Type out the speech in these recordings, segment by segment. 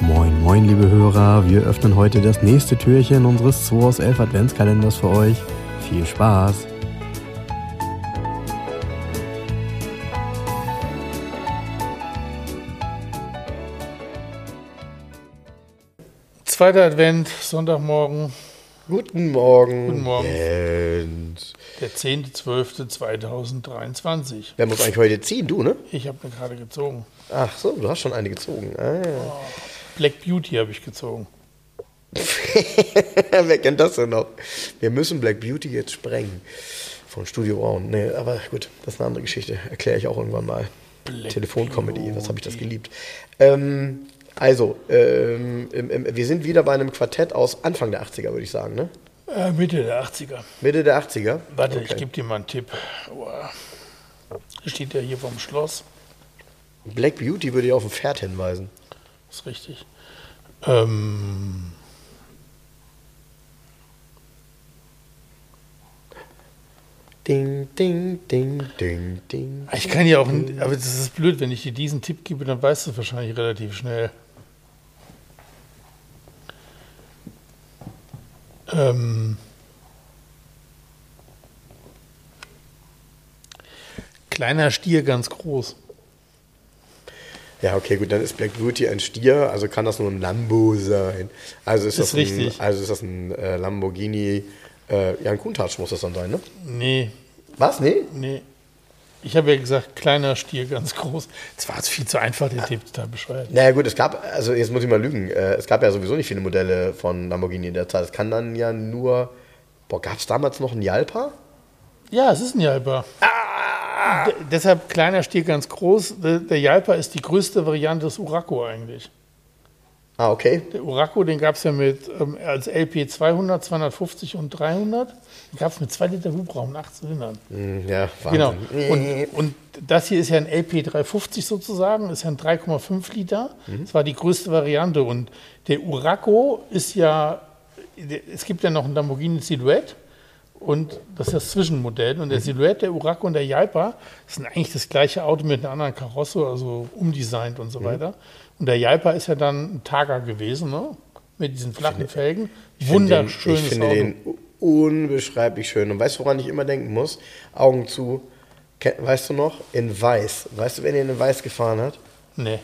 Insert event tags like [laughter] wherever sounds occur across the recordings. Moin, moin, liebe Hörer. Wir öffnen heute das nächste Türchen unseres 2 aus 11 Adventskalenders für euch. Viel Spaß! Zweiter Advent, Sonntagmorgen, Guten Morgen. Guten Morgen. Jens. der 10.12.2023. Wer muss eigentlich heute ziehen? Du, ne? Ich habe mir gerade gezogen. Ach so, du hast schon eine gezogen. Ah. Black Beauty habe ich gezogen. [laughs] Wer kennt das denn noch? Wir müssen Black Beauty jetzt sprengen. Von Studio Braun. Nee, aber gut, das ist eine andere Geschichte. Erkläre ich auch irgendwann mal. Black Telefonkomödie, was habe ich das Beauty. geliebt. Ähm, also, ähm, im, im, wir sind wieder bei einem Quartett aus Anfang der 80er, würde ich sagen, ne? Äh, Mitte der 80er. Mitte der 80er. Warte, ich Okay. gebe dir mal einen Tipp. Aua. Steht ja hier vom Schloss. Black Beauty würde ich auf ein Pferd hinweisen. Ist richtig. Ähm, Ding, ding, ding, ding, ding. ich kann ja auch. n- Aber das ist blöd, wenn ich dir diesen Tipp gebe, dann weißt du es wahrscheinlich relativ schnell. Ähm, kleiner Stier, ganz groß. Ja, okay, gut, dann ist Black Beauty ein Stier, also kann das nur ein Lambo sein. Also ist, Ist das richtig. Ein, also ist das ein äh, Lamborghini, äh, ja, ein Countach muss das dann sein, ne? Nee, Was? Nee? nee. Ich habe ja gesagt, kleiner Stier, ganz groß. Das war jetzt viel zu einfach, der Tipp, total bescheuert. Naja, gut, es gab, also jetzt muss ich mal lügen, äh, es gab ja sowieso nicht viele Modelle von Lamborghini in der Zeit. Es kann dann ja nur, boah, gab es damals noch einen Jalpa? Ja, es ist ein Jalpa. D- Deshalb kleiner Stier ganz groß. Der, der Jalpa ist die größte Variante des Uraco eigentlich. Ah, okay. Der Uraco, den gab es ja mit ähm, als LP 200, 250 und 300. Den gab es mit 2 Liter Hubraum und 8 Zylindern. Hm, Ja, Genau. Wahnsinn. Äh. Und, und das hier ist ja ein LP 350 sozusagen, ist ja ein 3,5 Liter. Mhm. Das war die größte Variante. Und der Uraco ist ja, es gibt ja noch ein Lamborghini Silhouette. Und das ist das Zwischenmodell. Und der Mhm. Silhouette, der Uraco und der Jalpa sind eigentlich das gleiche Auto mit einer anderen Karosse, also umdesignt und Mhm. so weiter. Und der Jalpa ist ja dann ein Targa gewesen, ne? mit diesen flachen Felgen. Wunderschönes Ich finde Auto. den unbeschreiblich schön. Und weißt du, woran ich immer denken muss? Augen zu. Ke- Weißt du noch? In Weiß. Weißt du, wer den in Weiß gefahren hat? nee.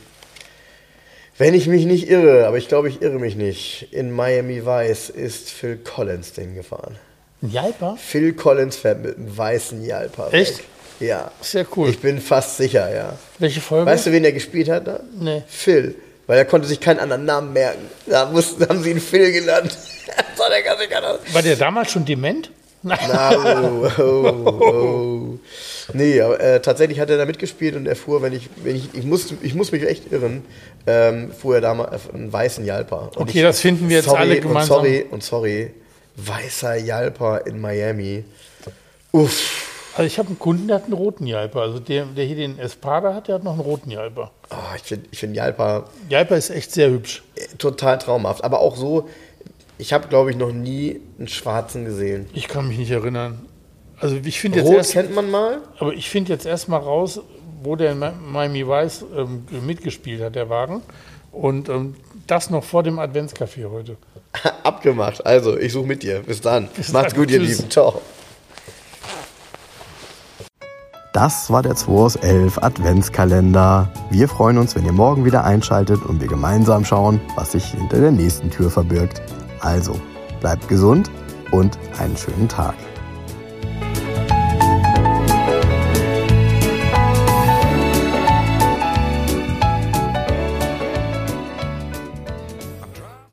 Wenn ich mich nicht irre, aber ich glaube, ich irre mich nicht. In Miami Weiß ist Phil Collins den gefahren. Ein Jalpa? Phil Collins fährt mit einem weißen Jalpa. weg. Echt? Ja. Sehr cool. Ich bin fast sicher, ja. Welche Folge? Weißt du, wen er gespielt hat da? Nee. Phil. Weil er konnte sich keinen anderen Namen merken. Da mussten, haben sie ihn Phil genannt. [laughs] das war der ganze Kanal. War der damals schon dement? Na, oh, [laughs] oh, oh. Nee, aber, äh, tatsächlich hat er da mitgespielt und er fuhr, wenn ich, wenn ich, ich muss, ich muss mich echt irren, ähm, fuhr er damals auf einen weißen Jalpa. Und Okay, ich, das finden wir jetzt sorry alle Und gemeinsam. sorry, und sorry, weißer Jalpa in Miami. Uff. [laughs] Also ich habe einen Kunden, der hat einen roten Jalper. Also der, der hier den Espada hat, der hat noch einen roten Jalper. Oh, ich finde ich find Jalpa Jalper ist echt sehr hübsch. äh, total traumhaft. Aber auch so, ich habe, glaube ich, noch nie einen schwarzen gesehen. Ich kann mich nicht erinnern. Also ich finde jetzt Rot erst, kennt man mal. aber ich finde jetzt erstmal raus, wo der in Mi- Miami Vice ähm, mitgespielt hat, der Wagen. Und ähm, das noch vor dem Adventscafé heute. Abgemacht. Also, ich suche mit dir. Bis dann. Macht's dann. gut, ihr Tschüss. Lieben. Ciao. Das war der 2 aus 11 Adventskalender. Wir freuen uns, wenn ihr morgen wieder einschaltet und wir gemeinsam schauen, was sich hinter der nächsten Tür verbirgt. Also, bleibt gesund und einen schönen Tag.